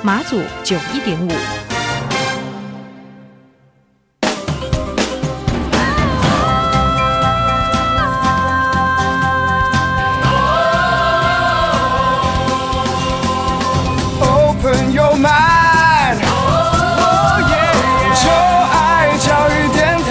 马祖九一点五。 Open your mind，就爱教育电台。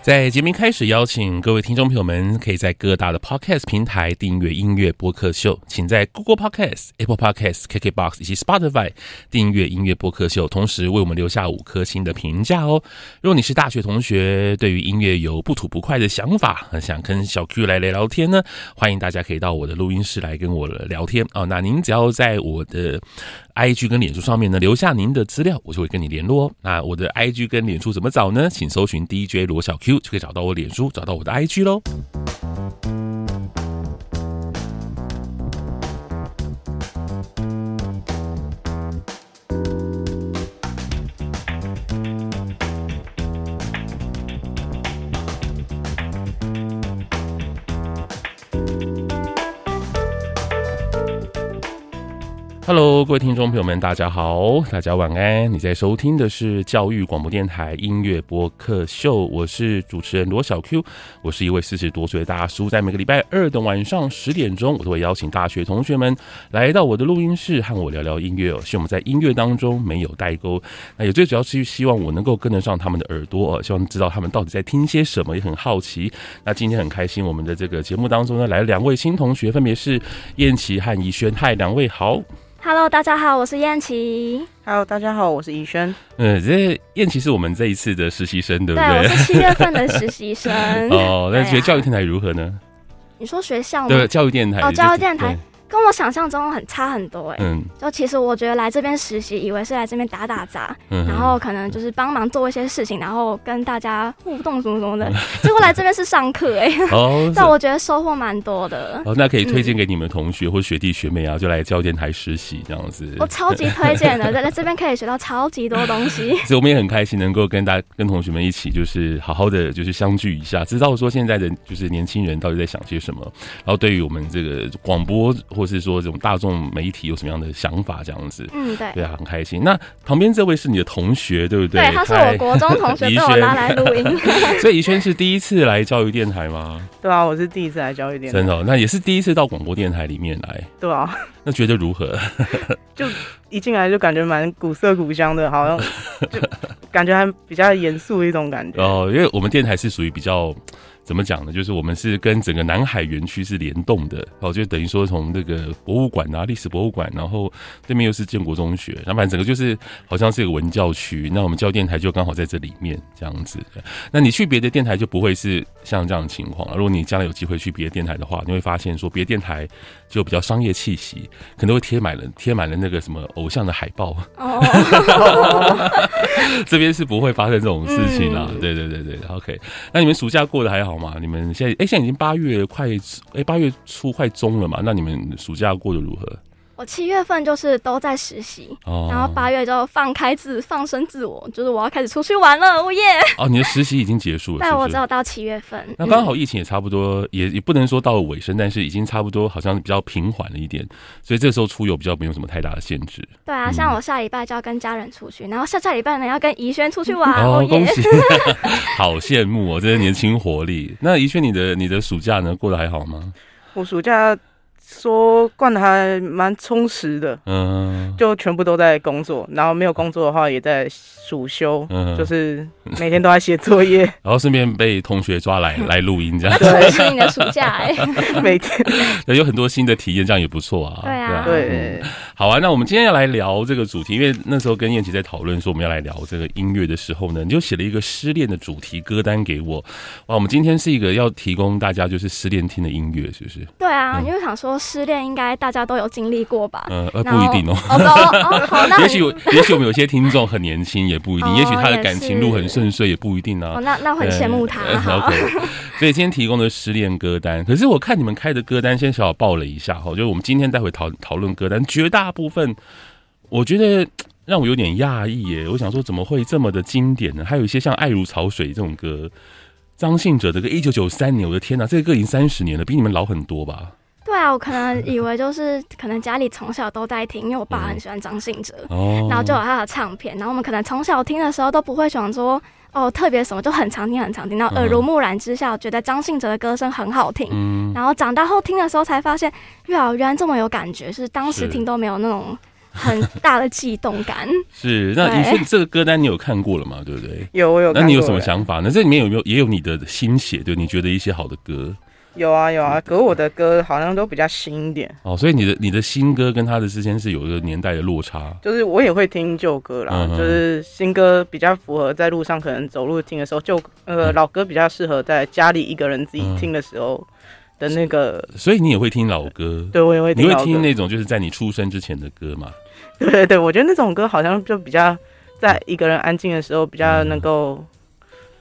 在节目一开始，邀请各位听众朋友们，可以在各大的 Podcast 平台订阅音乐播客秀，请在 Google Podcast、Apple Podcast、KKBox 以及 Spotify 订阅音乐播客秀，同时为我们留下五颗星的评价哦。如果你是大学同学，对于音乐有不吐不快的想法，很想跟小 Q 来聊聊天呢，欢迎大家可以到我的录音室来跟我聊天哦。那您只要在我的 IG 跟脸书上面呢留下您的资料，我就会跟你联络哦。那我的 IG 跟脸书怎么找呢？请搜寻 DJ 罗小 Q 就可以找到我脸书，找到我的 IG 喽。Hello，各位听众朋友们，大家好，大家晚安。你在收听的是教育广播电台音乐播客秀，我是主持人罗小 Q，我是一位四十多岁的大叔，在每个礼拜二的晚上十点钟，我都会邀请大学同学们来到我的录音室，和我聊聊音乐哦。希望我们在音乐当中没有代沟，那也最主要是希望我能够跟得上他们的耳朵、哦，希望知道他们到底在听些什么，也很好奇。那今天很开心，我们的这个节目当中呢，来了两位新同学，分别是燕琪和怡轩，嗨，两位好。 Hello，大家好，我是燕琪。 Hello，大家好，我是怡轩。呃，这燕琪是我们这一次的实习生，对不。对，我是七月份的实习生 哦，那觉对得啊教育电台如何呢？你说学校吗？对，教育电台哦教育电台对跟我想象中很差很多哎、嗯就其实我觉得来这边实习，以为是来这边打打杂，嗯，然后可能就是帮忙做一些事情，然后跟大家互动什么什么嗯的。结果来这边是上课 哎、 哦，但是我嗯觉得收获蛮 多的。哦，那可以推荐给你们同学或学弟学妹啊，就来教育电台实习这样子。我超级推荐的，在在 这边可以学到超级多 东西。所以我们也很开心能够跟大家、跟同学们一起，就是好好的就是相聚一下，知道说现在的就是年轻人到底在想些什么，然后对于我们这个广播或是说这种大众媒体有什么样的想法这样子。嗯，对，对啊，很开心。那旁边这位是你的同学，对不对？对，他是我国中同 学怡被我轩拉来录音。 所以怡轩是第一次来教育电台吗？对啊，我是第一次来教育电真台。的哦、那也是第一次到广播电台里面来，对啊， 那觉得如何？一进来就感觉蛮古色古香 的，好像就感觉还比较严肃一种感觉。哦，因为我们电台是属于比较怎么讲呢？就是我们是跟整个南海园区是联动的，哦，就等于说从那个博物馆啊、历史博物馆，然后对面又是建国中学，那反正整个就是好像是一个文教区。那我们教育电台就刚好在这里面这样子。那你去别的电台就不会是像这样的情况了。如果你将来有机会去别的电台的话，你会发现说别的电台就比较商业气息，可能会贴满了贴满了那个什么偶像的海报。哦， 这边是不会发生这种事情啦。嗯对对对对，OK。那你们暑假过得还好吗？你们现在哎、现在已经八月快哎八、月初快中了嘛？那你们暑假过得如何？我七月份就是都在实习，哦然后八月就放开自放生自我，就是我要开始出去玩了，哦耶！哦，你的实习已经结束了，但是不我是？只有到七月份，嗯那刚好疫情也差不多，也也不能说到尾声，但是已经差不多，好像比较平缓了一点，所以这时候出游比较没有什么太大的限制。嗯对啊，像我下礼拜就要跟家人出去，然后下下礼拜呢要跟怡轩出 去玩，哦哦，恭耶！喜！好羡慕哦，这是年轻活力。那宜轩，你的你的暑假呢，过得还好吗？我暑假说惯的还蛮充实的，嗯，就全部都在工作，然后没有工作的话也在暑休，嗯就是每天都在写 作业，然后顺便被同学抓来来录音这样 那。充实你的暑假哎、每天对有很多新的体验，这样也不错啊。对啊对嗯。好啊，那我们今天要来聊这个主题，因为那时候跟燕琪在讨论说我们要来聊这个音乐的时候呢，你就写了一个失恋的主题歌单给我。哇，我们今天是一个要提供大家就是失恋听的音乐，是不是？对啊，嗯因为想说失恋应该大家都有经历过吧？ 呃，呃，然不一后定哦。哦哦哦，好，那 也很许有，也许我们有些听众很年轻，也不一定；哦也许他的感情路很顺遂，也不一定啊哦。那那我很羡慕他。呃呃好 OK，所 以今天提供的失恋歌单，可是我看你们开的歌单，先小小报了一下哈，就是我们今天待会讨讨论歌单，绝大部分我觉得嘖让我有点讶异耶。我想说，怎么会这么的经典呢？还有一些像《爱如潮水》这种歌，张信哲的歌，一九九三年，我的天呐，这个歌已经三十年了，比你们老很多吧？对啊，我可能以为就是可能家里从小都在听，因为我爸嗯很喜欢张信哲，哦，然后就有他的唱片，然后我们可能从小听的时候都不会想说哦特别什么，就很常听很常听，然后耳濡目染之下，觉得张信哲的歌声很好听。嗯，然后长大后听的时候才发现，哇，原来这么有感觉，是当时是听都没有那种很大的悸动 感。是。那你对说这个歌单你有看过了吗？对不对？有我有，那你有什么？想法呢？这里面有没有也有你的心血？对，你觉得一些好的歌有啊有啊，可是我的歌好像都比较新一点，哦，所以你的你的新歌跟他的之间是有一个年代的落差。就是我也会听旧歌啦，嗯哼就是新歌比较符合在路上可能走路听的时候，旧呃嗯老歌比较适合在家里一个人自己嗯听的时候的那个，所以你也会听老歌，对我也会嗯你听老会歌。听那种就是在你出生之前的歌嘛？对对对，我觉得那种歌好像就比较在一个人安静的时候比较能够，嗯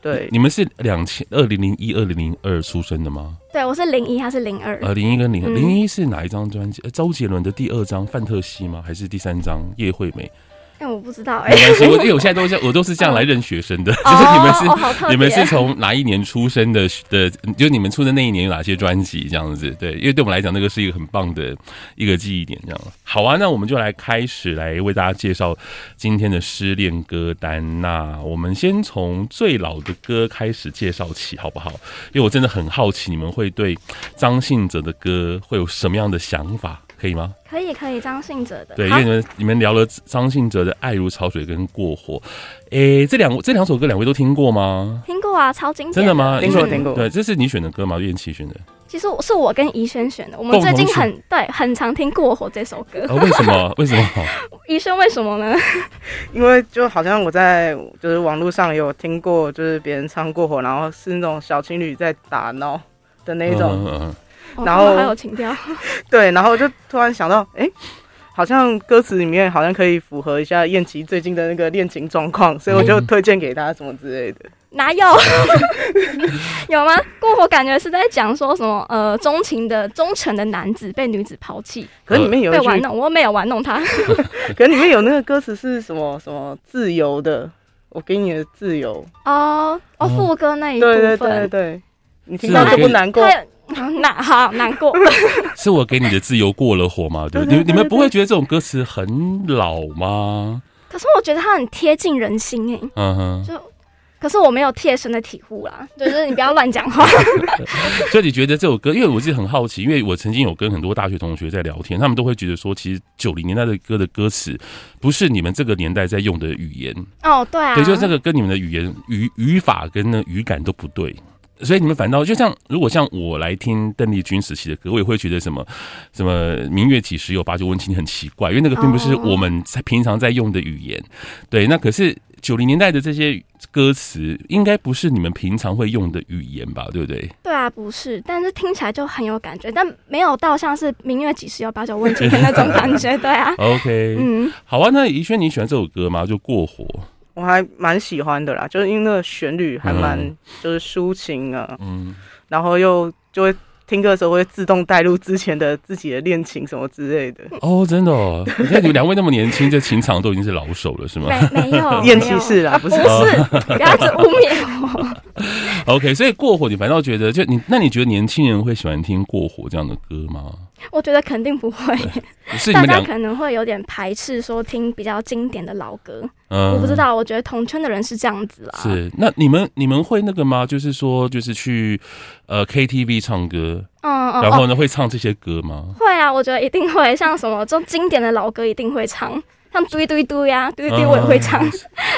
对你们是两千二零零一、二零零二出生的吗？对我是零一，他是零二，呃，零一跟零嗯零一是哪一张专辑？呃周杰伦的第二张《范特西》吗？还是第三张《叶惠美但我不 知道》？哎、没关 系，我因为我现在都是我都是这样来认学生的， 就是你们是哦哦、好特别你们是从哪一年出生的？的，就你们出生那一年有哪些专辑这样子？对，因为对我们来讲，那个是一个很棒的一个记忆点。这样，好啊，那我们就来开始来为大家介绍今天的失恋歌单。那我们先从最老的歌开始介绍起，好不好？因为我真的很好奇，你们会对张信哲的歌会有什么样的想法？可以吗？可以可以，张信哲的。对，因好为你们你们聊了张信哲的《爱如潮水》跟《过火》，诶，这两这两首歌两位都听过吗？听过啊，超经典。真的？吗？听你过选听过。对，这是你选的歌吗？燕琪选的。 其实我是我跟怡轩选的，我们共最同近选很对很常听《过火》这首歌。呃，为什么？ 为什么？怡轩为什么呢？因为就好像我在就是网络上有听过，就是别人唱过火，然后是那种小情侣在打闹的那一种，嗯嗯嗯哦然后他们好有情调。对，然后我就突然想到，哎、好像歌词里面好像可以符合一下燕琪最近的那个恋情状况，所以我就嗯推荐给他什么之类 的。 哪有？有吗？过火感觉是在讲说什么呃，钟情的忠诚的男子被女子抛弃，可是里面有一被句，玩弄，我没有玩弄他。可是里面有那个歌词是什么什么自由的，我给你的自由。哦哦，嗯副歌那一部分，对对对对，你听是到我就给不你难过他。有啊 难好难过。是我给你的自由过了火吗？对不对， 对对你你们对不会觉得这种歌词很老吗？可是我觉得他很贴近人心哎，嗯哼，就可是我没有贴身的体悟啦，就是你不要乱讲话。所以你觉得这首歌？因为我是很好奇，因为我曾经有跟很多大学同学在聊天，他们都会觉得说，其实九零年代的歌的歌词不是你们这个年代在用的语言， 哦，对啊，对，就是这个跟你们的语言语语法跟那语感都不对，所以你们反倒就像如果像我来听邓丽君时期的歌，我也会觉得什么什么“明月几时有，把酒问青天”很奇怪，因为那个并不是哦我们在平常在用的语言。对，那可是九零年代的这些歌词，应该不是你们平常会用的语言吧？对不对？对啊，不是，但是听起来就很有感觉，但没有到像是“明月几时有，把酒问青天”那种感 觉，对啊， OK，、嗯，好啊。那怡轩，你喜欢这首歌吗？就过火，我还蛮喜欢的啦，就是因为那个旋律还蛮、嗯就是抒情啊，嗯，然后又就会听歌的时候会自动带入之前的自己的恋情什么之类的。哦，真的、哦，你看你们两位那么年轻，这情场都已经是老手了， 是吗？哦没没 有，燕没琪有是啦，不不是是，不要一直污蔑我。 OK，所以过火，你反倒觉得就你，那你觉得年轻人会喜欢听过火这样的歌吗？我觉得肯定不会，是你大们家两，可能会有点排斥说听比较经典的老歌。嗯我不知，道，啊我觉得同圈的人是这样子啦。，是那你们你们会那个吗？就是说，就是去呃 KTV 唱歌，嗯嗯，然后哦呢会唱这些歌吗？会啊，我觉得一定会，像什么就经典的老歌一定会唱。像嘟一嘟一嘟呀，嘟一嗯嘟我也会唱。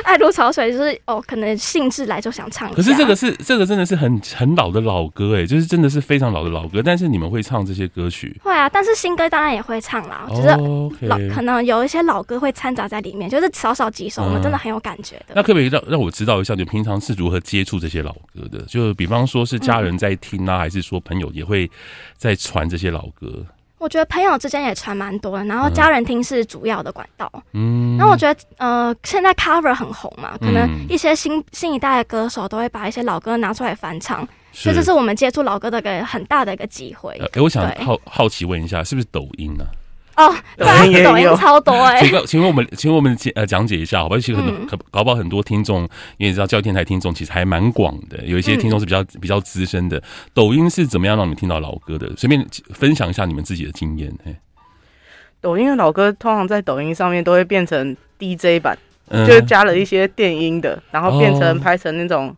爱如潮水就是哦，可能兴致来就想唱一下。可是这个是这个真的是很很老的老歌哎，就是真的是非常老的老歌，但是你们会唱这些歌曲，会啊，但是新歌当然也会唱啦，只是哦，OK 老可能有一些老歌会掺杂在里面，就是少少几首，我嗯们真的很有感觉的。那可不可以让让我知道一下，你平常是如何接触这些老歌的？就比方说是家人在听啊，还是说朋友也会在传这些老歌？我觉得朋友之间也传蛮多的，然后嗯家人听是主要的管道。嗯，那我觉得，呃，现在 cover 很红嘛，可能嗯一些新新一代的歌手都会把一些老歌拿出来翻唱，是所以这是我们接触老歌的一个很大的一个机会呃，。哎，我想对好好奇问一下，是不是抖音啊？哦，抖大音也家抖音有超多哎、请问，请问我们，请问我们解呃讲解一下，好吧？其实可能嗯可搞不好很多听众，因为你知道教育电台听众其实还蛮广嗯的，有一些听众是比较比较资深的。抖音是怎么样让你们听到老歌的？随便分享一下你们自己的经验。嘿抖音的老歌通常在抖音上面都会变成 DJ 版，嗯就是加了一些电音的，然后变哦成拍成那种、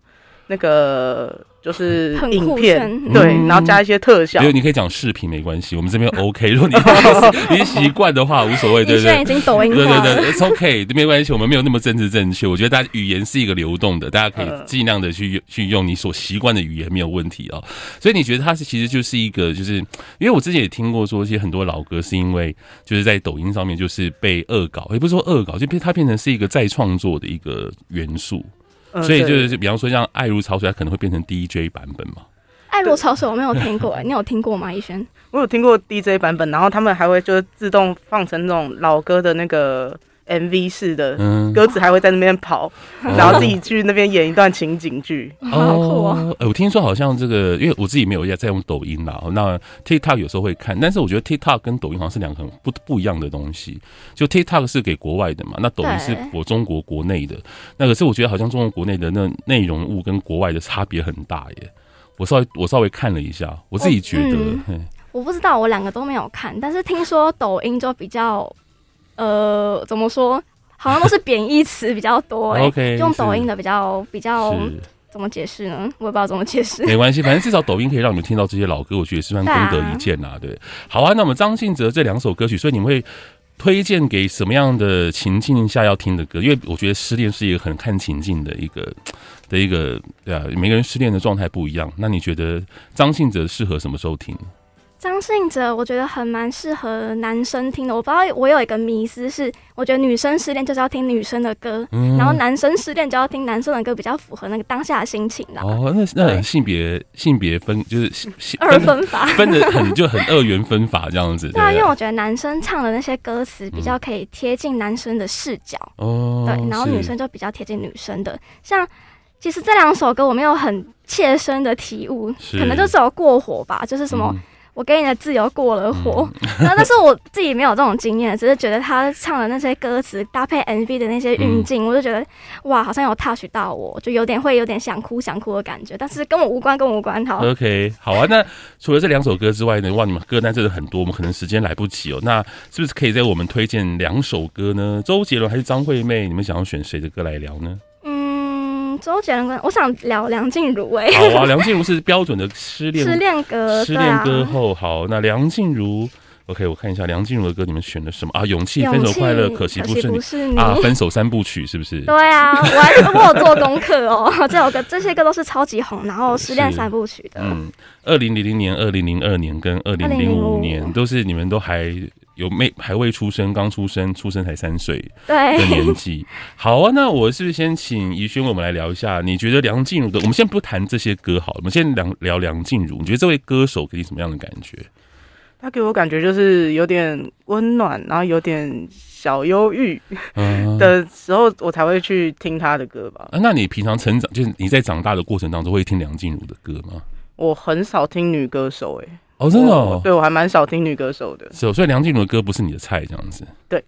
那个就是很影酷片炫，对嗯，然后加一些特效比如。你可以讲视频没关系，我们这边 OK。如果 你你习惯的话，无所谓， 对你不现对在已？经抖音对对化了。对，It's OK，没关系，我们没有那么政治正确。我觉得大家语言是一个流动的，大家可以呃嗯尽量的去去用你所习惯的语言，没有问题哦。所以你觉得它是其实就是一个，就是因为我之前也听过说，其实很多老歌是因为就是在抖音上面就是被恶搞，也不是说恶搞，就变它变成是一个再创作的一个元素。呃嗯所以就对是比方说像《爱如潮水》，它可能会变成 DJ 版本嘛。爱如潮水我没有听过、哎，你有听过吗？逸轩？我有听过 DJ 版本，然后他们还会就是自动放成那种老歌的那个 MV 式的。嗯，歌词还会在那边跑，哦然后自己去那边演一段情景剧。 好酷哦！哎我听说好像这个，因为我自己没有在用抖音啦，哦那 TikTok 有时候会看，但是我觉得 TikTok 跟抖音好像是两个很不不一样的东西。就 TikTok 是给国外的嘛，那抖音对是我中国国内的。那可是我觉得好像中国国内的那内容物跟国外的差别很大耶。我稍微我稍微看了一下，我自己觉得，嗯嘿我不知道，我两个都没有看，但是听说抖音就比较，呃，怎么说？好像都是贬义词比较多、哎 OK，用抖是音的比较比较是怎么解释呢？我也不知道怎么 解释。没关系，反正至少抖音可以让你们听到这些老歌，我觉得也是算功德一件啦。对，好啊。那我们张信哲这两首歌曲，所以你们会推荐给什么样的情境下要听的歌？因为我觉得失恋是一个很看情境的一个的一个，对啊，每个人失恋的状态不一样。那你觉得张信哲适合什么时候听？张信哲，我觉得很蛮适合男生听的。我不知道，我有一个迷思是，我觉得女生失恋就是要听女生的歌，嗯然后男生失恋就要听男生的歌，比较符合那个当下的心情啦。哦，那那性别性别分就是性性二分法。分的很就很二元分法这样子，对啊，因 对不为对我觉得男生唱的那些歌词比较可以贴近男生的视角，哦，对，然后是女生就比较贴近女生的。像其实这两首歌我没有很切身的体悟，是可能就是有过火吧，就是什么嗯我给你的自由过了火， 那、但是我自己没有这种经验，只是觉得他唱的那些歌词搭配 MV 的那些运镜，嗯我就觉得哇，好像有 touch 到我，就有点会有点想哭想哭的感觉，但是跟我无关，跟我无关。好， OK，好啊。那除了这两首歌之外呢，哇，你们歌单真的很多，我们可能时间来不及哦。那是不是可以在我们推荐两首歌呢？周杰伦还是张惠妹？你们想要选谁的歌来聊 呢？嗯，周杰伦跟我想聊梁静茹诶、好啊，梁静茹是标准的失恋失恋歌，失对啊恋歌后。好，那梁静茹，OK，我看一下梁静茹的歌，你们选了什么啊？勇气、勇分手气快乐、可惜不是你是你。啊， 分手三部曲是不是？对啊，我还我有做功课哦， 这首歌这些歌都是超级红，然后失恋三部曲的。嗯，二零零零年、二零零二年跟二零零五2005年都是你们都还有没还未出生，刚出生，出生才三岁，对的，年纪。好啊，那我是不是先请怡轩为我们来聊一下？你觉得梁静茹的，我们先不谈这些歌好了，我们先聊聊梁静茹。你觉得这位歌手给你什么样的感觉？他给我感觉就是有点温暖，然后有点小忧郁嗯、的时候，我才会去听他的歌吧。啊那你平常成长，就是你在长大的过程当中，会听梁静茹的歌吗？我很少听女歌手、欸，哎，哦，真的我哦。。对我还蛮少听女歌手的 是哦，所以梁静茹的歌不是你的菜，这样子。对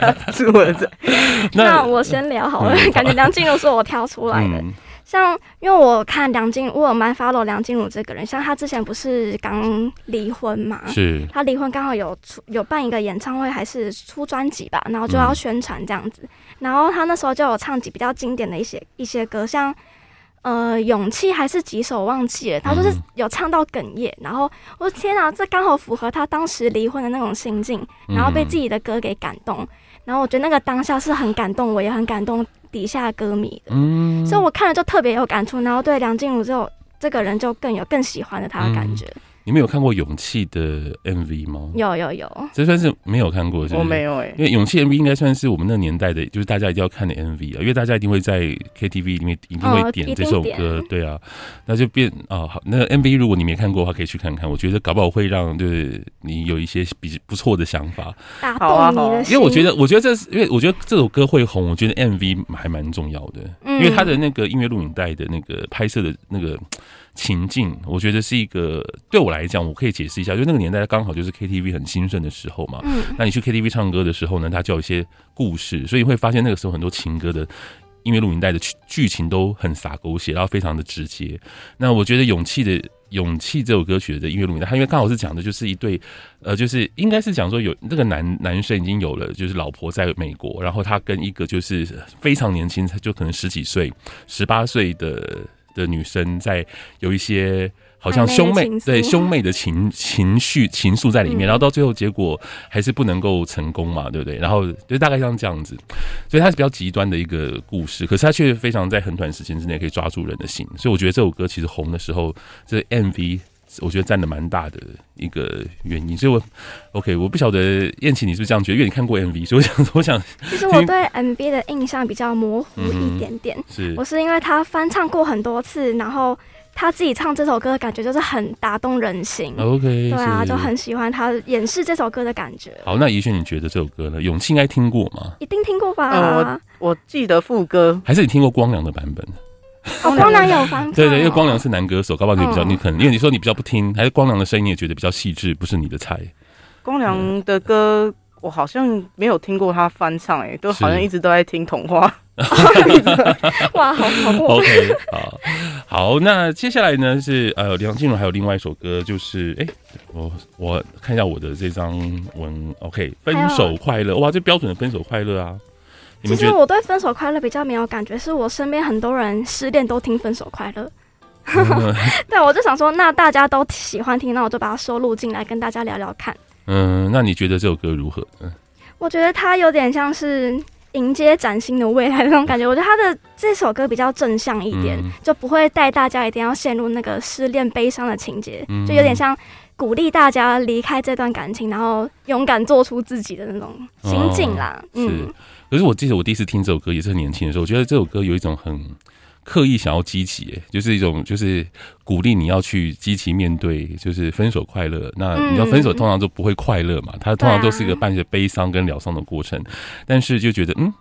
啊，是我的。 那我先聊好了，嗯感觉梁静茹是我挑出来的。嗯像因为我看梁静，我有蛮 follow 梁静茹这个人，像她之前不是刚离婚嘛，是她离婚刚好有出有办一个演唱会还是出专辑吧，然后就要嗯宣传这样子，然后她那时候就有唱几比较经典的一些一些歌，像。呃，勇气还是几首忘记了，她就是嗯有唱到哽咽，然后嗯我天啊，这刚好符合她当时离婚的那种心境，然后被自己的歌给感动，然后我觉得那个当下是很感动我，也很感动底下的歌迷的，嗯，所以我看了就特别有感触，然后对梁静茹之后这个人就更有更喜欢了她的感觉。你们有看过《勇气》的 MV 吗？有有有，这算是没有看过，是不是我没有哎、因为《勇气》MV 应该算是我们那年代的，就是大家一定要看的 MV 啊，因为大家一定会在 KTV 里面一定会哦点一定这首点歌，对啊，那就变啊、好，那 MV 如果你没看过的话，可以去看看，我觉得搞不好会让就是你有一些比不错的想法，打好啊动你好啊的因心。为我觉得，我觉得这是因为我觉得这首歌会红，我觉得 MV 还蛮重要的，因嗯为它的那个音乐录影带的那个拍摄的那个情境，我觉得是一个对我来讲，我可以解释一下，就那个年代刚好就是 KTV 很兴盛的时候嘛，嗯那你去 KTV 唱歌的时候呢，它就有一些故事，所以会发现那个时候很多情歌的音乐录影带的剧剧情都很洒狗血，然后非常的直接。那我觉得《勇气》的《勇气》这首歌曲的音乐录影带，它因为刚好是讲的就是一对，呃，就是应该是讲说有那个男男生已经有了就是老婆在美国，然后他跟一个就是非常年轻，他就可能十几岁、十八岁的的女生在有一些。好像暧昧兄妹的情愫对兄妹的情情绪情愫在里面，嗯然后到最后结果还是不能够成功嘛，对不对？然后就大概像这样子，所以它是比较极端的一个故事，可是它却非常在很短时间之内可以抓住人的心，所以我觉得这首歌其实红的时候，这 MV 我觉得占了蛮大的一个原因，所以我 OK，我不晓得燕琪你是不是这样觉得，因为你看过 MV，所以我想我想其实我对 MV 的印象比较模糊一点点，嗯是我是因为他翻唱过很多次，然后他自己唱这首歌，感觉就是很打动人心。 OK，对啊，哦是就很喜欢他演示这首歌的感觉。好。那怡轩，你觉得这首歌呢？勇气应该听过吗？一定听过吧？嗯我记得副歌还是你听过光良的版本？哦，光良有翻唱哦、对对，因为光良是男歌手，搞不好你比较，嗯你可能因为你说你比较不听，还是光良的声音你也觉得比较细致，不是你的 菜。光良的歌，我好像没有听过他翻唱、欸，哎，都好像是一直都在听童话。哇，好好过 OK，好，好，那接下来呢是呃梁静茹还有另外一首歌，就是哎、我我看一下我的这张文，OK，分手快乐，哇，这标准的分手快乐啊，你哎其们觉实得？我对《分手快乐》比较没有感觉，是我身边很多人失恋都听《分手快乐》 对，我就想说，那大家都喜欢听，那我就把它收录进来，跟大家聊聊看。 嗯，那你觉得这首歌如何？嗯我觉得它有点像是迎接崭新的未来的那种感觉。我觉得他的这首歌比较正向一点，嗯就不会带大家一定要陷入那个失恋悲伤的情节，嗯就有点像鼓励大家离开这段感情，然后勇敢做出自己的那种心境啦。哦是嗯，，可是我记得我第一次听这首歌也是很年轻的时候，我觉得这首歌有一种很刻意想要激起、哎就是一种就是鼓励你要去积极面对，就是分手快乐。那嗯你要分手通常都不会快乐嘛，它通常都是一个伴着悲伤跟疗伤的过程，但是就觉得嗯。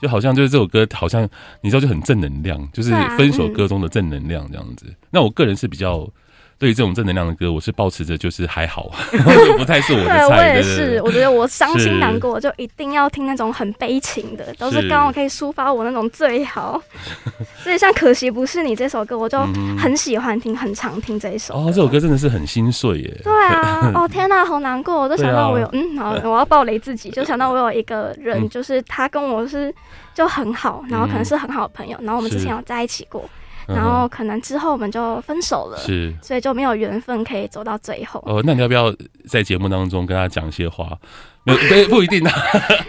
就好像就是这首歌，好像你知道就很正能量，就是对啊嗯分手歌中的正能量这样子。那我个人是比较对于这种正能量的歌，我是保持着就是还 好，不太是我的对菜。我对对对也是，我觉得我伤是心难过就一定要听那种很悲情的，都是是刚好可以抒发我那种最好。所以像《可惜不是你》这首歌，我就很喜欢听，很常听这一首。嗯哦，这首歌真的是很心碎欸耶。对啊，哦天呐，好难过！我就想到我有，嗯，好，我要暴雷自己，就想到我有一个人，啊嗯就是他跟我是就很好，然后可能嗯是很好的朋友，然后我们之是前有在一起过，嗯然后可能之后我们就分手了，是所以就没有缘分可以走到最后，哦，那你要不要在节目当中跟他讲一些话？没有， 对，不一定啊。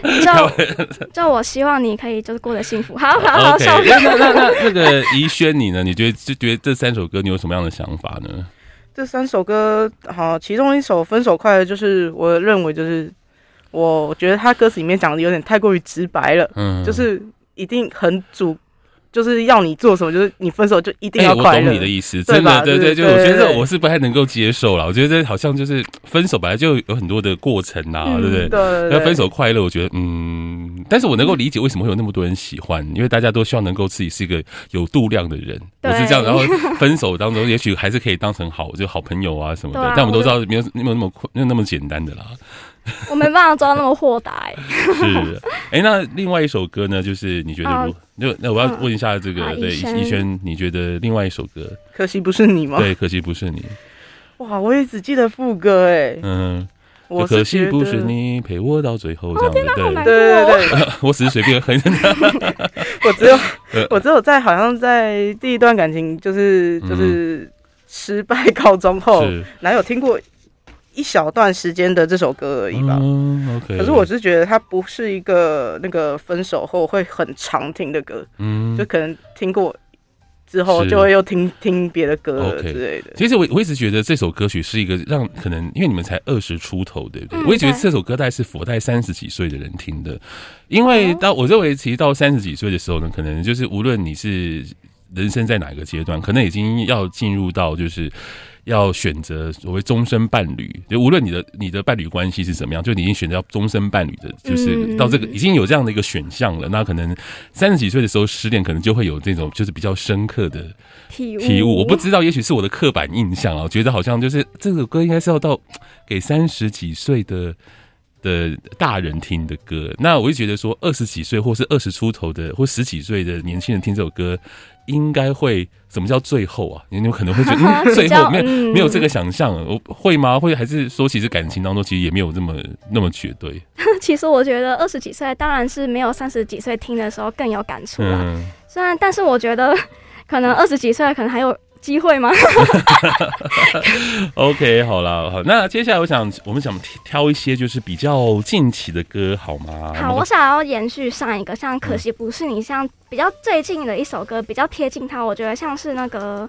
就就我希望你可以就是过得幸福，好好好， OK，笑那那那那那个怡轩，你呢？你觉得就觉得这三首歌你有什么样的想法呢？这三首歌，好，其中一首《分手快乐》就是我认为就是，我觉得他歌词里面讲的有点太过于直白了，嗯，就是一定很主，就是要你做什么，就是你分手就一定哎、要我快懂乐。你的意思，对真的，吧对对，对就对我觉对得对我是不太能够接受啦。我觉得好像就是分手本来就有很多的过程啊，嗯对不对？对对那对分手快乐，我觉得嗯，但是我能够理解为什么会有那么多人喜欢，因为大家都希望能够自己是一个有度量的人，我对是这样。然后分手当中，也许还是可以当成好就好朋友啊什么的，对啊但我们都知道没有没有那么困没有那么简单的啦。我没办法做到那么豁达、 欸，是，哎、那另外一首歌呢？就是你觉得如哦就那我要问一下这个、啊对逸轩逸轩，你觉得另外一首歌可惜不是你吗？对，可惜不是你，哇，我也只记得副歌哎、嗯，我可是惜觉不是得。你陪我到最后这样子，好难对，过对哦。对对，我只是随 便哼，我只有呃我只有在好像在第一段感情就是就是失败告终后，是哪有听过一一小段时间的这首歌而已吧。嗯，OK。可是我是觉得它不是一个那个分手后会很常听的歌，嗯就可能听过之后是就会又听听别的歌了 OK 之类的。其实我我一直觉得这首歌曲是一个让可能因为你们才二十出头，对不对？嗯我也觉得对这首歌大概是佛代三十几岁的人听的，因为到我认为其实到三十几岁的时候呢，可能就是无论你是人生在哪个阶段，可能已经要进入到就是。要选择所谓终身伴侣，就无论你的你的伴侣关系是怎么样，就你已经选择要终身伴侣的，就是嗯到这个已经有这样的一个选项了。那可能三十几岁的时候失恋，可能就会有这种就是比较深刻的体悟体悟，我不知道，也许是我的刻板印象啊，我觉得好像就是这首歌应该是要到给三十几岁的的大人听的歌。那我就觉得说，二十几岁或是二十出头的或十几岁的年轻人听这首歌，应该会什么叫最后啊？你们可能会觉 得、嗯最比较后没有、嗯没有这个想象，我会吗？会还是说，其实感情当中其实也没有这么那么绝对。 其实我觉得二十几岁当然是没有三十几岁听的时候更有感触啦。嗯，虽然，但是我觉得 可能二十几岁可能还有机会吗？ OK，好了，好，那接下来我想我们想挑一些就是比较近期的歌，好吗？ 好，我想要延续上一个，像可惜不是你，像比较最近的一首歌，比较贴近它，我觉得像是那个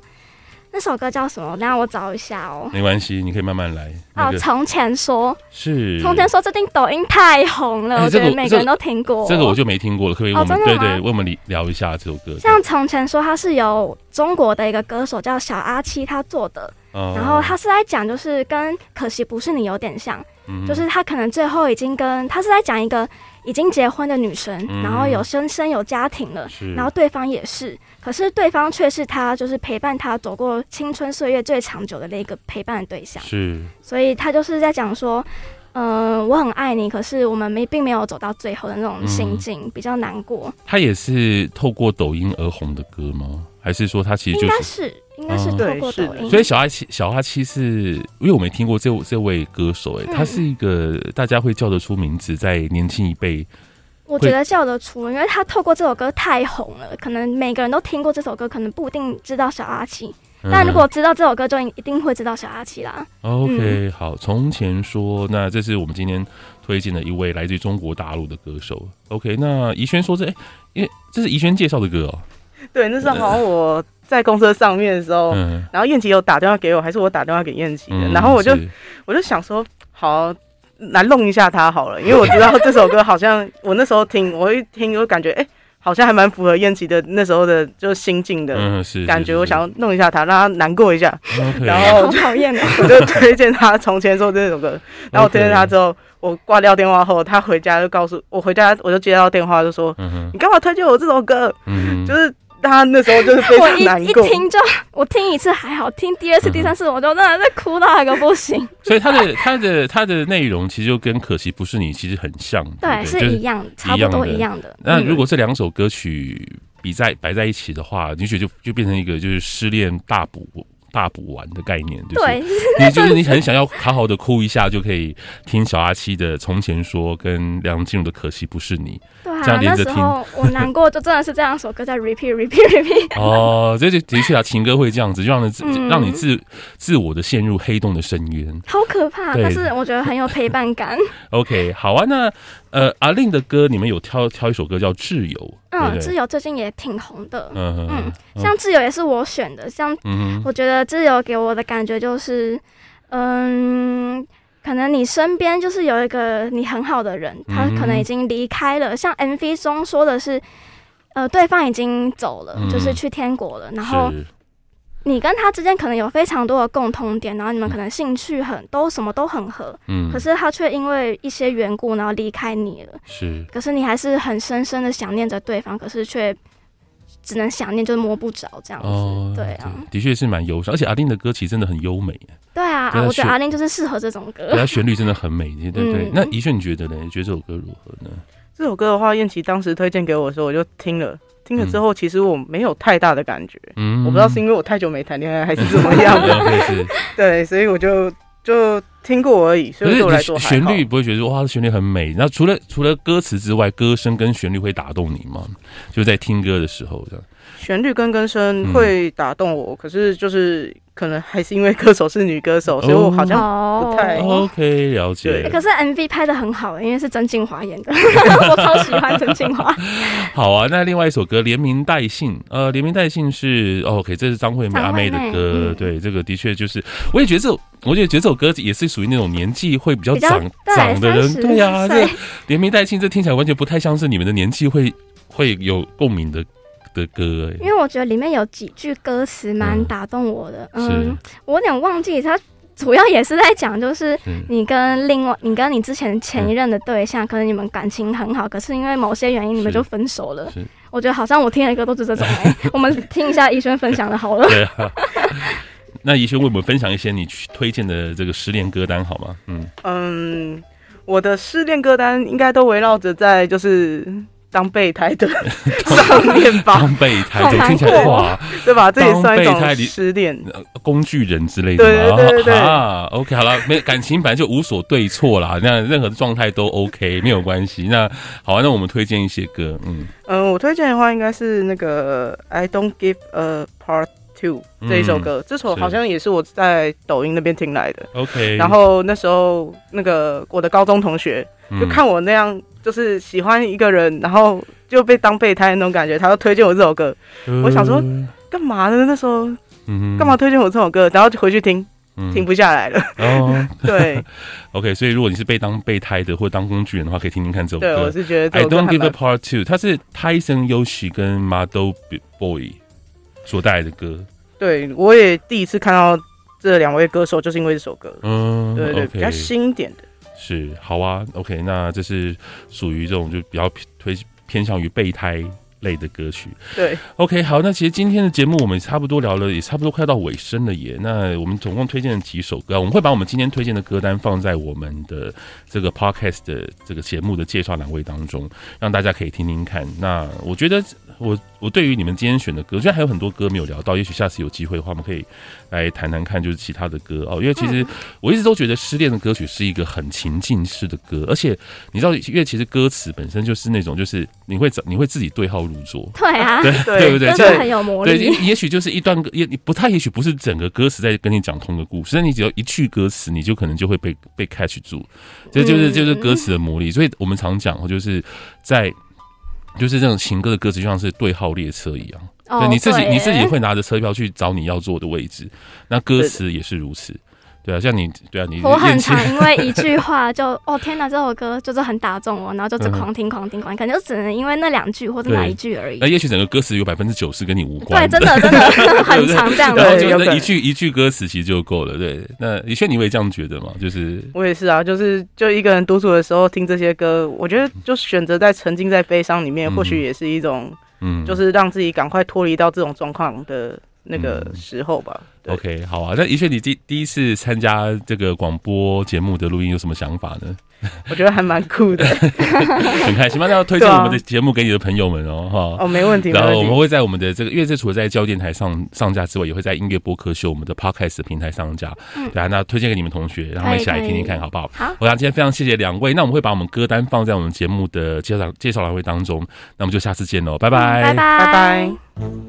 那首歌叫什么？让我找一下哦。没关系，你可以慢慢来。那哦，个从前说，是从前说，最近抖音太红了，哎我这觉个得每个人都听过。这个我就没听过了，可不可以哦我们真的对吗对，为我们理聊一下这首歌。像从前说，它是由中国的一个歌手叫小阿七他做的，嗯然后他是在讲，就是跟可惜不是你有点像，嗯就是他可能最后已经跟他是在讲一个已经结婚的女生，嗯然后有生生有家庭了，是然后对方也是，可是对方却是他就是陪伴他走过青春岁月最长久的那个陪伴的对象，是所以他就是在讲说，嗯、我很爱你，可是我们没并没有走到最后的那种嗯心境，比较难过，他也是透过抖音而红的歌吗？还是说他其实应就该是？是应该是哦透过对抖是音，所以小阿七小阿七是因为我没听过这这位歌手哎、嗯他是一个大家会叫得出名字，在年轻一辈我觉得叫得出，因为他透过这首歌太红了，可能每个人都听过这首歌，可能不一定知道小阿七，嗯但如果知道这首歌，就一定会知道小阿七啦。 OK，、好，嗯从前说，那这是我们今天推荐的一位来自于中国大陆的歌手。OK，那怡轩说这，哎、因为这是怡轩介绍的歌哦。对，那时候好像我在公车上面的时候，嗯，然后燕琪有打电话给我，还是我打电话给燕琪的，嗯然后我就是我就想说，好来弄一下他好了，因为我知道这首歌好像我那时候听，我一听我就感觉哎、好像还蛮符合燕琪的那时候的就心境的嗯是感觉，我想要弄一下他，让他难过一下， 然然后好讨厌哦！ 我就推荐他从前说这首歌，然后我推荐他之后，我挂掉电话后，他回家就告诉我回家我就接到电话就说嗯哼你干嘛推荐我这首歌？嗯 就是他那时候就是非我常一难一过，听就，我听一次还好，听第二次、嗯第三次，我就真的在哭到一个不行。所以他的他的他的内容其实就跟可惜不是你其实很像，对，不是就是一样，差不多一样的。那嗯如果这两首歌曲比在摆在一起的话，你觉得就就变成一个就是失恋大补大补完的概念，就是对，你就是你很想要好好的哭一下，就可以听小阿七的《从前说》跟梁静茹的《可惜不是你对这啊样，连那着时听 候我难过，就真的是这样一首歌在 repeat repeat repeat。》哦，这就的确啊，情歌会这样子，就让人自嗯让你自自我的陷入黑洞的深渊。 好可怕，对但是我觉得很有陪伴感。 OK，好啊，那呃，阿令的歌你们有挑挑一首歌叫《挚友》，对嗯，不挚对？友最近也挺红的，嗯嗯嗯，像挚友也是我选的，像嗯哼我觉得自由给我的感觉就是，嗯，可能你身边就是有一个你很好的人，他嗯可能已经离开了。像 MV 中说的是，呃，对方已经走了，嗯就是去天国了。然后是你跟他之间可能有非常多的共通点，然后你们可能兴趣很都什么都很合，嗯可是他却因为一些缘故，然后离开你了。是可是你还是很深深的想念着对方，可是却只能想念，就是摸不着这样子。哦对啊。，的确是蛮忧伤，而且阿令的歌其实真的很优 美，对啊，对啊啊我觉是得阿令就是适合这种对歌。它旋律真的很美，对对对。嗯那怡轩你觉得呢？你觉得这首歌如何呢？这首歌的话，燕琪当时推荐给我的时候，我就听了，听了之后，其实我没有太大的感觉，嗯我不知道是因为我太久没谈恋爱还是怎么样的，对， 对，所以我就就听过而已，所可以是对我来说你还好旋律不会觉得哇，旋律很美。那除了除了歌词之外，歌声跟旋律会打动你吗？就在听歌的时候这样。旋律跟歌声嗯会打动我，可是就是可能还是因为歌手是女歌手，所以我好像哦啊不太哦 OK，了对解欸。可是 MV 拍的很好、欸，因为是曾静华演 的，我超喜欢曾静华。好啊，那另外一首歌《连名带姓》，呃，《连名带姓是》哦 OK，这是张惠妹张惠阿妹的妹歌，嗯对，这个的确就是，我也觉得这首，我也觉得这首歌也是属于那种年纪会比较比较长对长的人， 30对呀、啊，这岁《连名带姓》这听起来完全不太像是你们的年纪会会有共鸣的的歌、欸，因为我觉得里面有几句歌词蛮嗯打动我的，是嗯，我有点忘记它主要也是在讲，就是嗯 你跟另外你跟你之前前一任的对象，可能你们感情很好，可是因为某些原因你们是就分手了是。我觉得好像我听的歌都是这种哎、我们听一下医生分享的 好了。对啊。那怡轩为我们分享一些你去推荐的这个失恋歌单好吗？嗯，嗯，我的失恋歌单应该都围绕着在就是当备胎 的上面吧，当备胎，好这听起来难过哇，对吧？这也算一当备胎种里失恋。呃工具人之类的嘛。对对对对啊，OK，好了，没感情本来就无所对错啦，那任何的状态都 OK，没有关系。那好、啊，那我们推荐一些歌，嗯，嗯，我推荐的话应该是那个《I Don't Give a Part Two》这一首歌，这嗯首是好像也是我在抖音那边听来的。 ，OK，然后那时候那个我的高中同学嗯就看我那样，就是喜欢一个人，然后就被当备胎那种感觉，他就推荐我这首歌，嗯我想说干嘛呢？那时候嗯干嘛推荐我这首歌？然后就回去听，听嗯不下来了。哦 对，OK，所以如果你是被当备胎的或当工具人的话，可以听听看这首对，我歌。是觉得这 I 首歌 don't 还 give a 蛮 part two，它是 Tyson Yoshi 跟 Model Boy 所带来的歌，对，我也第一次看到这两位歌手，就是因为这首歌。嗯，对对， OK 比较新一点的。是，好啊，OK，那这是属于这种就比较推偏向于备胎类的歌曲。对， OK，好，那其实今天的节目我们也差不多聊了，也差不多快到尾声了耶。那我们总共推荐了几首歌啊，我们会把我们今天推荐的歌单放在我们的这个 podcast 的这个节目的介绍栏位当中，让大家可以听听看。那我觉得我我对于你们今天选的歌，虽然还有很多歌没有聊到，也许下次有机会的话，我们可以来谈谈看，就是其他的歌哦。因为其实我一直都觉得失恋的歌曲是一个很情境式的歌，而且你知道，因为其实歌词本身就是那种，就是你会找你会自己对号入座。对啊， 对不对真这的很有魔对，力。也也许就是一段歌，也你不太，也许不是整个歌词在跟你讲同个故事，但你只要一句歌词，你就可能就会被被 catch 住，这就是嗯就是歌词的魔力。所以我们常讲，就是在就是这种情歌的歌词，就像是对号列车一样，哦对你自己对你 自己会拿着车票去找你要坐的位置，那歌词也是如此。对啊，像你，对啊，你我很练习常因为一 句话就哦天哪，这首歌就是很打中我，然后就是嗯狂听狂听狂听，可能就只能因为那两句或者哪对哎一句而已那。也许整个歌词有百分之九十跟你无关 对，，真的真的很常这样然后子。对就有可那能一句一句歌词其实就够了。对，那以轩你会这样觉得吗？就是我也是啊，就是就一个人独处的时候听这些歌，我觉得就选择在沉浸在悲伤里面，嗯或许也是一种，嗯，就是让自己赶快脱离到这种状况的那个嗯时候吧。对 OK，好啊。那怡轩，你第第一次参加这个广播节目的录音有什么想法 呢？我觉得还蛮酷的很开心吗？那要推荐对啊我们的节目给你的朋友们哦，哈。哦，没问题，没然后我问们题。会在我们的这个，因为这除了在教电台上上架之外，也会在音乐播客秀我们的 Podcast 的平台上架。嗯对啊，那推荐给你们同学，让他们一起来可以听听看，好不好？好，我想今天非常谢谢两位，那我们会把我们歌单嗯放在我们节目的介绍介绍栏位当中，那我们就下次见喽，拜拜拜拜拜。